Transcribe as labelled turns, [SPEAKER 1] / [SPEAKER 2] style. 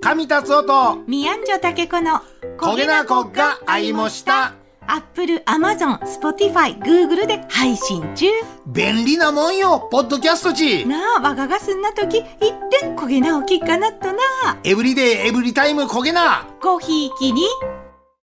[SPEAKER 1] 神達夫と
[SPEAKER 2] ミアンジョタケコの
[SPEAKER 1] 焦げなこが会いました。
[SPEAKER 2] アップル、アマゾン、スポティファイ、グーグルで配信中。
[SPEAKER 1] 便利なもんよ、ポッドキャストち。
[SPEAKER 2] なあ、わががすんなとき、一点焦げなおきかなっとな。
[SPEAKER 1] エブリデイ、エブリタイム、焦げな。
[SPEAKER 2] ごひいきに。